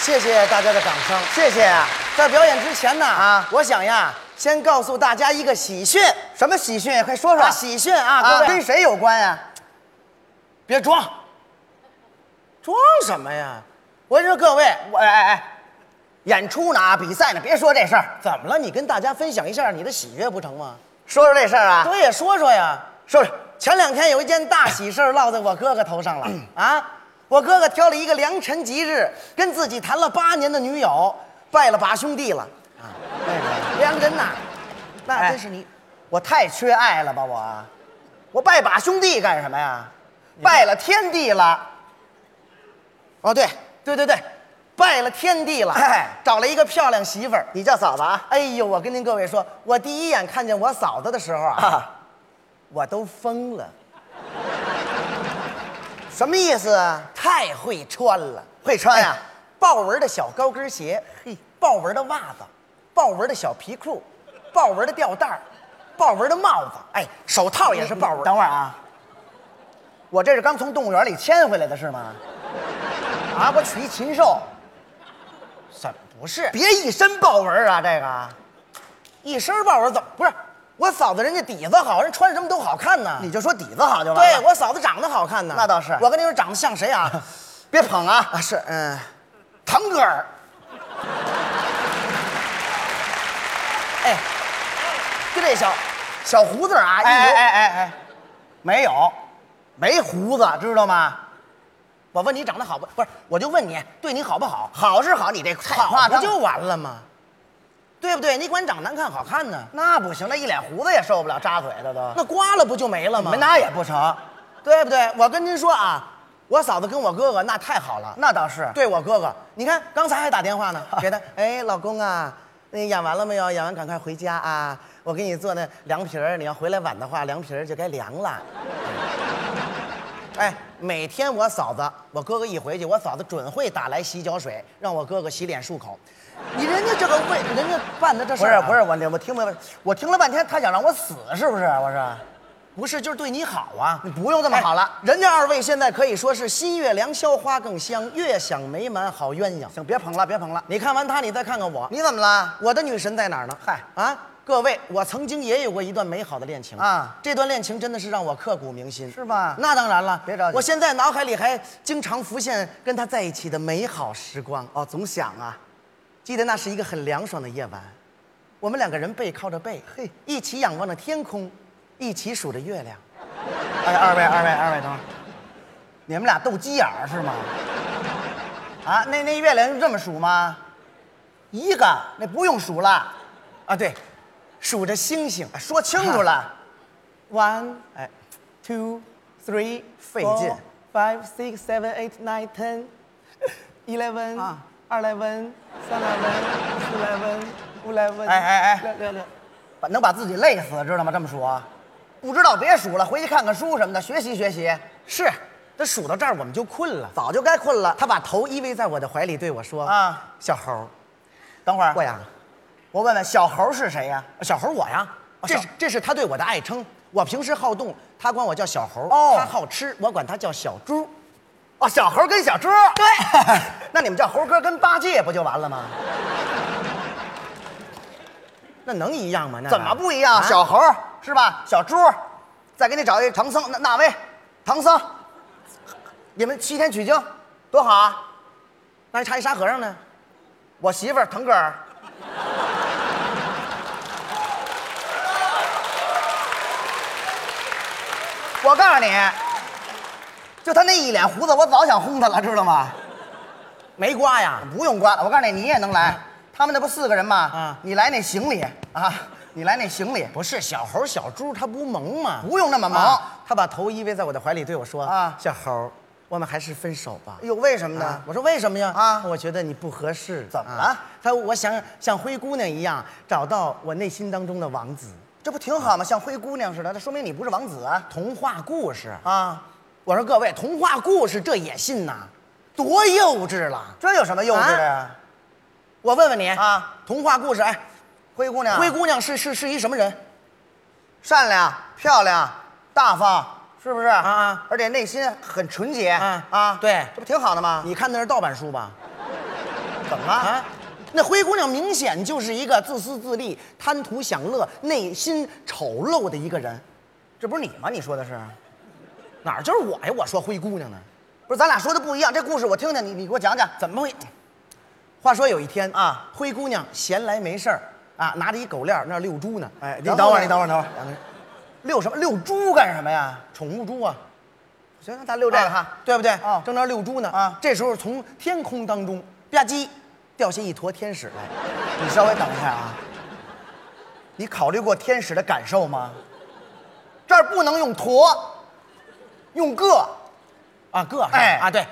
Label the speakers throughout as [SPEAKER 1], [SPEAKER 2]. [SPEAKER 1] 谢谢大家的掌声，谢谢。在表演之前呢，啊，我想呀，先告诉大家一个喜讯，
[SPEAKER 2] 什么喜讯？快说说。
[SPEAKER 1] 啊，喜讯啊，各位
[SPEAKER 2] 跟谁有关呀、
[SPEAKER 1] 别装，装什么呀？我跟你说各位，
[SPEAKER 2] 我哎哎哎，演出呢啊，比赛呢，别说这事儿，
[SPEAKER 1] 怎么了？你跟大家分享一下你的喜悦不成吗？
[SPEAKER 2] 说说这事儿啊。
[SPEAKER 1] 对呀，说说呀。
[SPEAKER 2] 说说。
[SPEAKER 1] 前两天有一件大喜事儿落在我哥哥头 上了啊！我哥哥挑了一个良辰吉日，跟自己谈了八年的女友，拜了把兄弟了。啊，良人呐，那真是
[SPEAKER 2] 哎
[SPEAKER 1] 你，
[SPEAKER 2] 我太缺爱了吧我？
[SPEAKER 1] 啊
[SPEAKER 2] 我拜把兄弟干什么呀？拜了天地了。
[SPEAKER 1] 哦，对对对对，拜了天地了，
[SPEAKER 2] 哎
[SPEAKER 1] 找了一个漂亮媳妇儿。
[SPEAKER 2] 你叫嫂子啊？
[SPEAKER 1] 哎呦，我跟您各位说，我第一眼看见我嫂子的时候啊，
[SPEAKER 2] 啊，
[SPEAKER 1] 我都疯了，
[SPEAKER 2] 什么意思啊？
[SPEAKER 1] 太会穿了，
[SPEAKER 2] 会穿呀、
[SPEAKER 1] 哎豹纹的小高跟鞋，嘿，豹纹的袜子，豹纹的小皮裤，豹纹的吊带儿，豹纹的帽子，哎，手套也是豹纹。
[SPEAKER 2] 等会儿啊，我这是刚从动物园里牵回来的是吗？啊，我娶一禽兽，
[SPEAKER 1] 怎么不是？
[SPEAKER 2] 别一身豹纹啊！这个，
[SPEAKER 1] 一身豹纹怎么不是？我嫂子人家底子好，人穿什么都好看呢。
[SPEAKER 2] 你就说底子好就完了。
[SPEAKER 1] 对我嫂子长得好看呢，
[SPEAKER 2] 那倒是
[SPEAKER 1] 我跟你说，长得像谁啊？
[SPEAKER 2] 别捧啊！
[SPEAKER 1] 啊，是嗯，
[SPEAKER 2] 腾格尔，
[SPEAKER 1] 哎，就这小小胡子儿啊，
[SPEAKER 2] 哎
[SPEAKER 1] 一留
[SPEAKER 2] 哎哎哎哎，没有，没胡子，知道吗？
[SPEAKER 1] 我问你长得好不？不是，我就问你对你好不好？
[SPEAKER 2] 好是好，你这太
[SPEAKER 1] 好
[SPEAKER 2] 夸
[SPEAKER 1] 不
[SPEAKER 2] 张
[SPEAKER 1] 就
[SPEAKER 2] 了。
[SPEAKER 1] 完了吗？对不对？你管长难看好看呢，
[SPEAKER 2] 那不行，那一脸胡子也受不了，扎嘴的都。
[SPEAKER 1] 那刮了不就没了吗？
[SPEAKER 2] 没那也不成，
[SPEAKER 1] 对不对？我跟您说啊，我嫂子跟我哥哥那太好了，
[SPEAKER 2] 那倒是。
[SPEAKER 1] 对我哥哥，你看刚才还打电话 呢，给他，哎，老公啊，那演完了没有？演完赶快回家啊！我给你做那凉皮儿，你要回来晚的话，凉皮儿就该凉了。 哎，每天我嫂子，我哥哥一回去，我嫂子准会打来洗脚水，让我哥哥洗脸漱口。你人家这个为人家办的这事
[SPEAKER 2] 不
[SPEAKER 1] 儿
[SPEAKER 2] 是
[SPEAKER 1] 啊、
[SPEAKER 2] 不是，我我听明白，我听了半天，他想让我死是不是？我是，
[SPEAKER 1] 不是，就是对你好啊。
[SPEAKER 2] 你不用这么好了
[SPEAKER 1] 哎。人家二位现在可以说是新月良宵花更香，月享眉满好鸳鸯。
[SPEAKER 2] 行，别捧了，别捧了。
[SPEAKER 1] 你看完他，你再看看我，
[SPEAKER 2] 你怎么了？
[SPEAKER 1] 我的女神在哪儿呢？
[SPEAKER 2] 嗨
[SPEAKER 1] 啊，各位，我曾经也有过一段美好的恋情
[SPEAKER 2] 啊
[SPEAKER 1] 这段恋情真的是让我刻骨铭心，
[SPEAKER 2] 是吧
[SPEAKER 1] 那当然了，
[SPEAKER 2] 别着急
[SPEAKER 1] 我现在脑海里还经常浮现跟他在一起的美好时光。
[SPEAKER 2] 哦，总想啊，
[SPEAKER 1] 记得那是一个很凉爽的夜晚，我们两个人背靠着背，
[SPEAKER 2] 嘿
[SPEAKER 1] 一起仰望着天空，一起数着月亮。
[SPEAKER 2] 哎，二位二位二位，等会儿，你们俩斗鸡眼儿是吗？啊，那那月亮就这么数吗？一个，那不用数了，
[SPEAKER 1] 啊，对，数着星星，啊
[SPEAKER 2] 说清楚了。
[SPEAKER 1] One，哎，two, three，
[SPEAKER 2] 费劲。
[SPEAKER 1] Five, six, seven, eight, nine, ten, eleven，
[SPEAKER 2] 啊
[SPEAKER 1] 二 eleven，三 eleven，四 eleven，五 eleven，
[SPEAKER 2] 哎哎哎
[SPEAKER 1] 六六六。
[SPEAKER 2] 把能把自己累死，知道吗？这么数啊，不知道别数了，回去看看书什么的，学习学习。
[SPEAKER 1] 是，这数到这儿我们就困了。
[SPEAKER 2] 早就该困了。
[SPEAKER 1] 他把头依偎在我的怀里，对我说：“
[SPEAKER 2] 啊，
[SPEAKER 1] 小猴儿，
[SPEAKER 2] 等会儿，
[SPEAKER 1] 我呀，
[SPEAKER 2] 我问问小猴是谁呀、
[SPEAKER 1] 啊小猴儿我呀，
[SPEAKER 2] 啊
[SPEAKER 1] 这
[SPEAKER 2] 小
[SPEAKER 1] 是这是他对我的爱称。我平时好动，他管我叫小猴儿；
[SPEAKER 2] 哦
[SPEAKER 1] 他好吃，我管他叫小猪。
[SPEAKER 2] 哦，小猴跟小猪。 对，那你们叫猴哥跟八戒不就完了吗？
[SPEAKER 1] 那能一样吗？那
[SPEAKER 2] 怎么不一样？
[SPEAKER 1] 啊
[SPEAKER 2] 小猴是吧？小猪，再给你找一唐僧，那那威，唐僧，你们西天取经，多好啊！
[SPEAKER 1] 那还差一沙和尚呢？
[SPEAKER 2] 我媳妇儿腾格尔。我告诉你，就他那一脸胡子，我早想轰他了，知道吗？
[SPEAKER 1] 没刮呀？
[SPEAKER 2] 不用关了，我告诉你，你也能来。他们那不四个人吗？
[SPEAKER 1] 嗯
[SPEAKER 2] 你来那行李啊，你来那行李，哎
[SPEAKER 1] 不是小猴儿小猪，它不萌吗？
[SPEAKER 2] 不用那么忙。
[SPEAKER 1] 啊他把头依偎在我的怀里，对我说：“啊
[SPEAKER 2] 啊，
[SPEAKER 1] 小猴儿，我们还是分手吧。
[SPEAKER 2] 哎呦，为什么
[SPEAKER 1] 啊
[SPEAKER 2] 呢？
[SPEAKER 1] 我说为什么呀？啊
[SPEAKER 2] 啊，
[SPEAKER 1] 我觉得你不合适。
[SPEAKER 2] 怎么了
[SPEAKER 1] 啊他说我想像灰姑娘一样找到我内心当中的王子，
[SPEAKER 2] 这不挺好吗？像灰姑娘似的，那说明你不是王子啊！
[SPEAKER 1] 童话故事。
[SPEAKER 2] 啊，
[SPEAKER 1] 我说各位，童话故事这也信呐？多幼稚了！啊
[SPEAKER 2] 这有什么幼稚的呀？
[SPEAKER 1] 我问问你
[SPEAKER 2] 啊，
[SPEAKER 1] 童话故事，哎，
[SPEAKER 2] 灰姑娘，
[SPEAKER 1] 灰姑娘是是是一什么人？
[SPEAKER 2] 善良、漂亮、大方，是不是？啊
[SPEAKER 1] 啊
[SPEAKER 2] 而且内心很纯洁
[SPEAKER 1] 啊
[SPEAKER 2] 啊
[SPEAKER 1] 对
[SPEAKER 2] 这不挺好的吗？
[SPEAKER 1] 你看的是盗版书吧？
[SPEAKER 2] 怎么了？
[SPEAKER 1] 啊，那灰姑娘明显就是一个自私自利、贪图享乐、内心丑陋的一个人。
[SPEAKER 2] 这不是你吗？你说的是？
[SPEAKER 1] 哪儿就是我呀？我说灰姑娘呢？
[SPEAKER 2] 不是，咱俩说的不一样。这故事我听听，你你给我讲讲。
[SPEAKER 1] 怎么会？话说有一天
[SPEAKER 2] 啊
[SPEAKER 1] 灰姑娘闲来没事儿啊，拿着一狗链儿那儿遛猪呢。
[SPEAKER 2] 哎，你
[SPEAKER 1] 然
[SPEAKER 2] 等
[SPEAKER 1] 后
[SPEAKER 2] 会儿，
[SPEAKER 1] 呢
[SPEAKER 2] 你等会儿，等会儿。
[SPEAKER 1] 两个人
[SPEAKER 2] 遛什么？遛猪干什么呀？
[SPEAKER 1] 宠物猪啊，
[SPEAKER 2] 行，咱遛这个哈
[SPEAKER 1] 啊。对不对？
[SPEAKER 2] 啊
[SPEAKER 1] 正那儿遛猪呢
[SPEAKER 2] 啊
[SPEAKER 1] 这时候从天空当中吧唧掉下一坨天使来。
[SPEAKER 2] 你稍微等一下啊。你考虑过天使的感受吗？这儿不能用驼，用个。
[SPEAKER 1] 啊，个儿
[SPEAKER 2] 哎
[SPEAKER 1] 啊，对，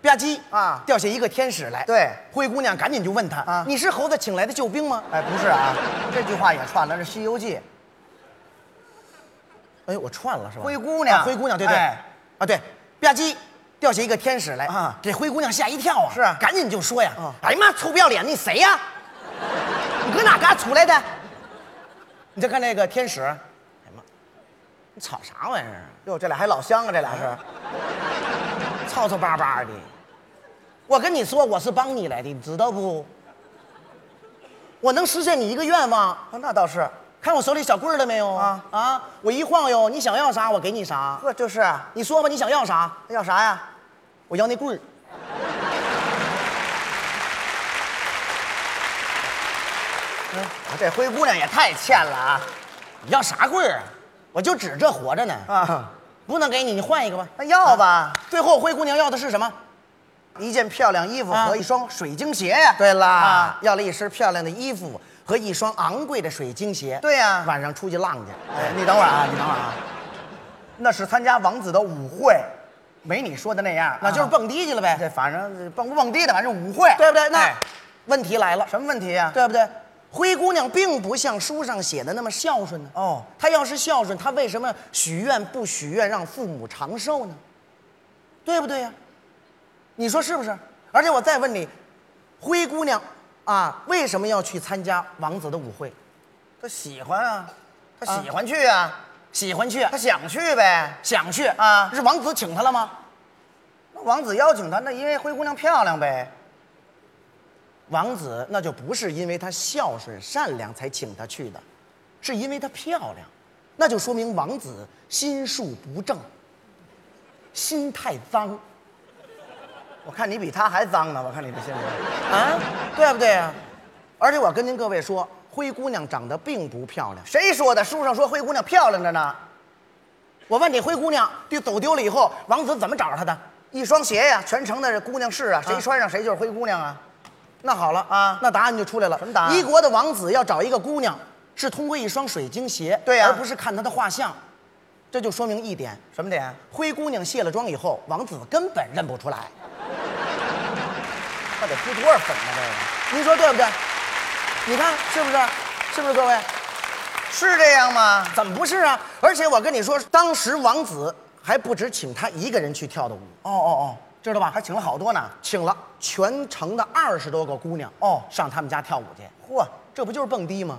[SPEAKER 1] 吧唧
[SPEAKER 2] 啊
[SPEAKER 1] 掉下一个天使来。
[SPEAKER 2] 对
[SPEAKER 1] 灰姑娘赶紧就问他
[SPEAKER 2] 啊
[SPEAKER 1] 你是猴子请来的救兵吗？
[SPEAKER 2] 哎，不是啊，这句话也串了，这《西游记》
[SPEAKER 1] 哎，我串了是吧？
[SPEAKER 2] 灰姑娘
[SPEAKER 1] 啊灰姑娘，对对，
[SPEAKER 2] 哎
[SPEAKER 1] 啊对，吧唧。掉下一个天使来
[SPEAKER 2] 啊
[SPEAKER 1] 给灰姑娘吓一跳啊！
[SPEAKER 2] 是啊
[SPEAKER 1] 赶紧就说呀
[SPEAKER 2] 啊：“
[SPEAKER 1] 哎呀妈，臭不要脸，你谁呀？你搁哪嘎出来的？你再看那个天使，哎呀妈，你吵啥玩意儿啊？
[SPEAKER 2] 哟，这俩还老乡啊，这俩是。
[SPEAKER 1] 吵吵巴巴的。我跟你说，我是帮你来的，你知道不？我能实现你一个愿望，
[SPEAKER 2] 哦，那倒是，
[SPEAKER 1] 看我手里小棍儿了没有？
[SPEAKER 2] 啊
[SPEAKER 1] 啊啊！我一晃悠，你想要啥，我给你啥。
[SPEAKER 2] 呵，就是啊
[SPEAKER 1] 你说吧，你想要啥？
[SPEAKER 2] 要啥呀？
[SPEAKER 1] 我要那棍儿。
[SPEAKER 2] 啊这灰姑娘也太欠了啊！
[SPEAKER 1] 你要啥棍儿啊？我就指这活着呢。
[SPEAKER 2] 啊，
[SPEAKER 1] 不能给你，你换一个吧。啊
[SPEAKER 2] 那要吧，
[SPEAKER 1] 最后灰姑娘要的是什么？
[SPEAKER 2] 一件漂亮衣服
[SPEAKER 1] 啊
[SPEAKER 2] 和一双水晶鞋呀。
[SPEAKER 1] 对啦，
[SPEAKER 2] 啊
[SPEAKER 1] 要了一身漂亮的衣服和一双昂贵的水晶鞋。
[SPEAKER 2] 对呀
[SPEAKER 1] 晚上出去浪去。
[SPEAKER 2] 哎，你等会儿啊，你等会儿啊，那是参加王子的舞会，没你说的那样，
[SPEAKER 1] 那就是蹦迪去了呗。
[SPEAKER 2] 啊这反正蹦不蹦迪的，反正舞会，
[SPEAKER 1] 对不对？那、
[SPEAKER 2] 哎
[SPEAKER 1] 问题来了，
[SPEAKER 2] 什么问题啊呀？
[SPEAKER 1] 对不对？灰姑娘并不像书上写的那么孝顺呢。
[SPEAKER 2] 哦
[SPEAKER 1] 她要是孝顺，她为什么许愿不许愿让父母长寿呢？对不对呀、你说是不是？而且我再问你，灰姑娘啊，为什么要去参加王子的舞会？
[SPEAKER 2] 他喜欢啊，他
[SPEAKER 1] 啊
[SPEAKER 2] 喜欢去啊，
[SPEAKER 1] 喜欢去，
[SPEAKER 2] 他想去呗。
[SPEAKER 1] 想去
[SPEAKER 2] 啊
[SPEAKER 1] 是王子请她了吗？
[SPEAKER 2] 那王子邀请他，那因为灰姑娘漂亮呗。
[SPEAKER 1] 王子那就不是因为她孝顺善良才请她去的，是因为她漂亮，那就说明王子心术不正，心太脏
[SPEAKER 2] 我看你比他还脏呢，我看你这心里。
[SPEAKER 1] 啊，对不对啊？而且我跟您各位说，灰姑娘长得并不漂亮。
[SPEAKER 2] 谁说的？书上说灰姑娘漂亮着呢，
[SPEAKER 1] 我问你，灰姑娘就走丢了以后，王子怎么找着她的？
[SPEAKER 2] 一双鞋呀、全城的姑娘是啊，谁
[SPEAKER 1] 啊
[SPEAKER 2] 穿上谁就是灰姑娘啊。
[SPEAKER 1] 那好了
[SPEAKER 2] 啊
[SPEAKER 1] 那答案就出来了。
[SPEAKER 2] 什么答案
[SPEAKER 1] 一国的王子要找一个姑娘，是通过一双水晶鞋，
[SPEAKER 2] 对呀
[SPEAKER 1] 而不是看她的画像，这就说明一点，
[SPEAKER 2] 什么点？
[SPEAKER 1] 灰姑娘卸了妆以后，王子根本认不出来。
[SPEAKER 2] 那得敷多少粉呢？这个
[SPEAKER 1] 您说对不对？你看是不是？是不是各位？
[SPEAKER 2] 是这样吗？
[SPEAKER 1] 怎么不是啊？而且我跟你说，当时王子还不止请他一个人去跳的舞，
[SPEAKER 2] 哦哦
[SPEAKER 1] 知道
[SPEAKER 2] 哦，
[SPEAKER 1] 吧？
[SPEAKER 2] 还请了好多呢。
[SPEAKER 1] 请了全城的二十多个姑娘
[SPEAKER 2] 哦
[SPEAKER 1] 上他们家跳舞去，
[SPEAKER 2] 嚯，
[SPEAKER 1] 这不就是蹦迪吗？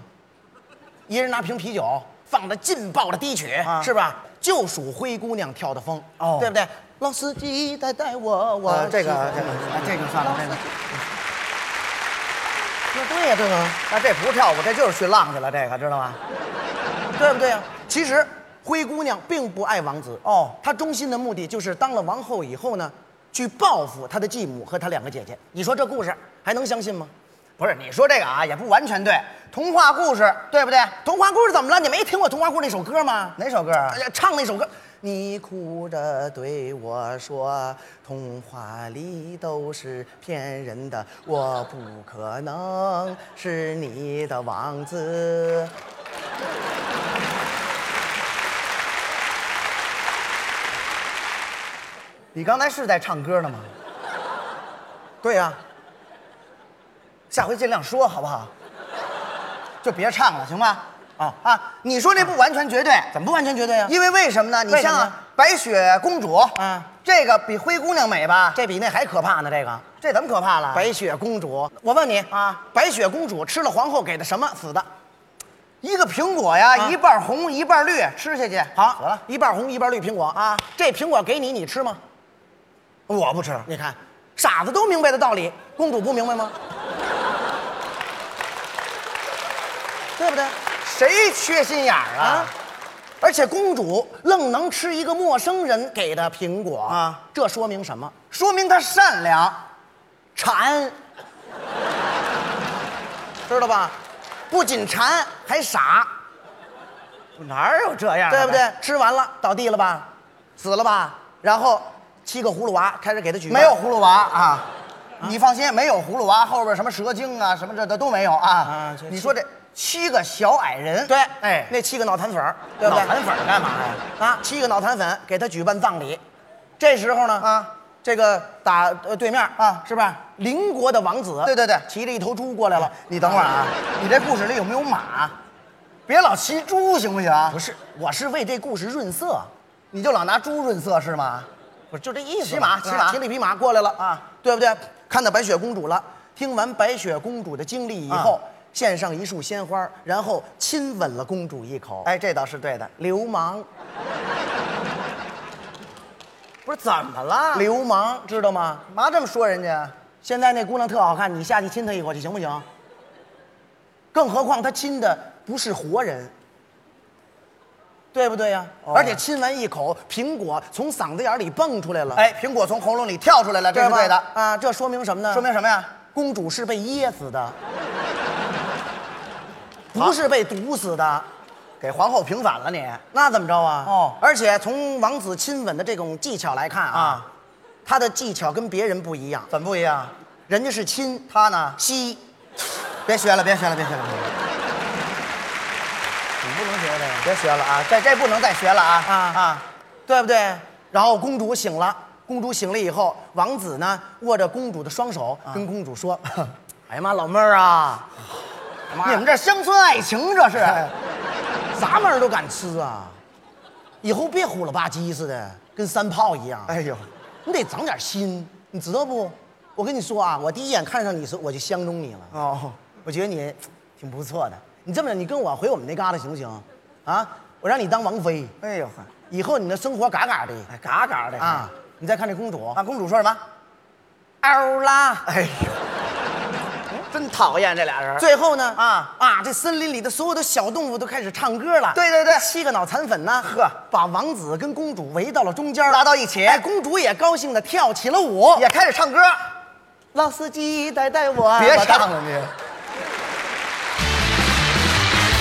[SPEAKER 1] 一人拿瓶啤酒，放着劲爆的低曲，
[SPEAKER 2] 啊
[SPEAKER 1] 是吧？就属灰姑娘跳的风，
[SPEAKER 2] 哦
[SPEAKER 1] 对不对？老司机带带我，我、
[SPEAKER 2] 呃，这个这个啊这个算了，这个
[SPEAKER 1] 那对呀、这个。
[SPEAKER 2] 那这不是跳舞，这就是去浪去了，这个知道吗？
[SPEAKER 1] 对不对呀、其实灰姑娘并不爱王子
[SPEAKER 2] 哦
[SPEAKER 1] 她衷心的目的就是当了王后以后呢，去报复她的继母和她两个姐姐。你说这故事还能相信吗？
[SPEAKER 2] 不是，你说这个啊也不完全对，童话故事对不对？
[SPEAKER 1] 童话故事怎么了？你没听过童话故事那首歌吗？
[SPEAKER 2] 哪首歌啊
[SPEAKER 1] 哎？呀，唱那首歌。你哭着对我说，童话里都是骗人的，我不可能是你的王子。
[SPEAKER 2] 你刚才是在唱歌呢吗？啊
[SPEAKER 1] 对呀、
[SPEAKER 2] 下回尽量说好 不好？就别唱了，行吗？
[SPEAKER 1] 啊
[SPEAKER 2] 啊，你说这不完全绝对，啊
[SPEAKER 1] 怎么不完全绝对呀、
[SPEAKER 2] 因为为什么呢？你
[SPEAKER 1] 为什
[SPEAKER 2] 像
[SPEAKER 1] 么
[SPEAKER 2] 啊
[SPEAKER 1] 呢
[SPEAKER 2] 白雪公主
[SPEAKER 1] 嗯
[SPEAKER 2] 这个比灰姑娘美吧？
[SPEAKER 1] 这比那还可怕呢，这个。
[SPEAKER 2] 这怎么可怕了？
[SPEAKER 1] 白雪公主，我问你
[SPEAKER 2] 啊，
[SPEAKER 1] 白雪公主吃了皇后给的什么死的？
[SPEAKER 2] 一个苹果呀，
[SPEAKER 1] 啊
[SPEAKER 2] 一半红一半绿，吃下去
[SPEAKER 1] 好，
[SPEAKER 2] 死了。
[SPEAKER 1] 一半红一半绿苹果啊，这苹果给你，你吃吗？
[SPEAKER 2] 我不吃，
[SPEAKER 1] 你看，傻子都明白的道理，公主不明白吗？对不对？
[SPEAKER 2] 谁缺心眼儿
[SPEAKER 1] 啊
[SPEAKER 2] 啊？！
[SPEAKER 1] 而且公主愣能吃一个陌生人给的苹果
[SPEAKER 2] 啊，
[SPEAKER 1] 这说明什么？
[SPEAKER 2] 说明他善良，
[SPEAKER 1] 馋，知道吧？不仅馋还傻，
[SPEAKER 2] 哪有这样的？
[SPEAKER 1] 对不对？吃完了倒地了吧，死了吧，然后七个葫芦娃开始给他举办
[SPEAKER 2] 没有葫芦娃啊！你放心，没有葫芦娃，后边什么蛇精啊，什么这的都没有啊。
[SPEAKER 1] 啊这
[SPEAKER 2] 你说这七个小矮人，
[SPEAKER 1] 对，
[SPEAKER 2] 哎，
[SPEAKER 1] 那七个脑残粉儿，对不对？
[SPEAKER 2] 脑残粉儿干嘛呀？
[SPEAKER 1] 啊，七个脑残粉给他举办葬礼。这时候呢，
[SPEAKER 2] 啊，
[SPEAKER 1] 这个打呃对面
[SPEAKER 2] 啊
[SPEAKER 1] 是吧？邻国的王子，
[SPEAKER 2] 对对对
[SPEAKER 1] 骑着一头猪过来了。
[SPEAKER 2] 你等会儿啊，你这故事里有没有马？别老骑猪行不行？
[SPEAKER 1] 不是，我是为这故事润色，
[SPEAKER 2] 你就老拿猪润色是吗？
[SPEAKER 1] 不是就这意思嘛。
[SPEAKER 2] 骑马
[SPEAKER 1] 啊
[SPEAKER 2] 骑马
[SPEAKER 1] 骑了一匹马过来了
[SPEAKER 2] 啊，
[SPEAKER 1] 对不对？看到白雪公主了，听完白雪公主的经历以后，
[SPEAKER 2] 啊
[SPEAKER 1] 献上一束鲜花，然后亲吻了公主一口。
[SPEAKER 2] 哎，这倒是对的。
[SPEAKER 1] 流氓，
[SPEAKER 2] 不是怎么了？
[SPEAKER 1] 流氓，知道吗？
[SPEAKER 2] 干啊嘛这么说人家？
[SPEAKER 1] 现在那姑娘特好看，你下去亲她一口去行不行？更何况她亲的不是活人，对不对呀、
[SPEAKER 2] 哦
[SPEAKER 1] 而且亲完一口，苹果从嗓子眼里蹦出来了，
[SPEAKER 2] 哎，苹果从喉咙里跳出来了，这是
[SPEAKER 1] 吧
[SPEAKER 2] 对的。嗯
[SPEAKER 1] 啊！这说明什么呢？
[SPEAKER 2] 说明什么呀？
[SPEAKER 1] 公主是被噎死 的，不是被毒死的。
[SPEAKER 2] 给皇后平反了你。
[SPEAKER 1] 那怎么着啊？
[SPEAKER 2] 哦
[SPEAKER 1] 而且从王子亲吻的这种技巧来看啊
[SPEAKER 2] 啊，
[SPEAKER 1] 他的技巧跟别人不一样，
[SPEAKER 2] 怎么不一样？
[SPEAKER 1] 人家是亲
[SPEAKER 2] 他呢？
[SPEAKER 1] 吸，
[SPEAKER 2] 别学了，别学了，别学了，别学了
[SPEAKER 1] 你不能觉得呀？
[SPEAKER 2] 别学了啊！这这不能再学了啊！
[SPEAKER 1] 啊啊，对不对？然后公主醒了，公主醒了以后，王子呢握着公主的双手，
[SPEAKER 2] 啊
[SPEAKER 1] 跟公主说：“哎呀妈，老妹儿啊，
[SPEAKER 2] 你们这乡村爱情这是？
[SPEAKER 1] 啥玩意儿都敢吃啊！以后别虎了吧唧似的，跟三炮一样。
[SPEAKER 2] 哎呦，
[SPEAKER 1] 你得长点心，你知道不？我跟你说啊，我第一眼看上你的时候，我就相中你了。
[SPEAKER 2] 哦，
[SPEAKER 1] 我觉得你挺不错的。你这么着，你跟我回我们那旮瘩行不行？啊，我让你当王妃，
[SPEAKER 2] 哎呦，
[SPEAKER 1] 以后你的生活嘎嘎的
[SPEAKER 2] 哎，嘎嘎的
[SPEAKER 1] 啊
[SPEAKER 2] 啊！！
[SPEAKER 1] 你再看这公主，
[SPEAKER 2] 啊，公主说什么？
[SPEAKER 1] 嗷啦！
[SPEAKER 2] 哎呦，真讨厌这俩人。
[SPEAKER 1] 最后呢，啊
[SPEAKER 2] 啊
[SPEAKER 1] 啊，这森林里的所有的小动物都开始唱歌了。
[SPEAKER 2] 对对对
[SPEAKER 1] 七个脑残粉呢，呵
[SPEAKER 2] 呵，
[SPEAKER 1] 把王子跟公主围到了中间，
[SPEAKER 2] 拉到一起
[SPEAKER 1] 哎，公主也高兴的跳起了舞。
[SPEAKER 2] 也开始唱歌，
[SPEAKER 1] 老司机带带我，
[SPEAKER 2] 别
[SPEAKER 1] 我
[SPEAKER 2] 唱了你。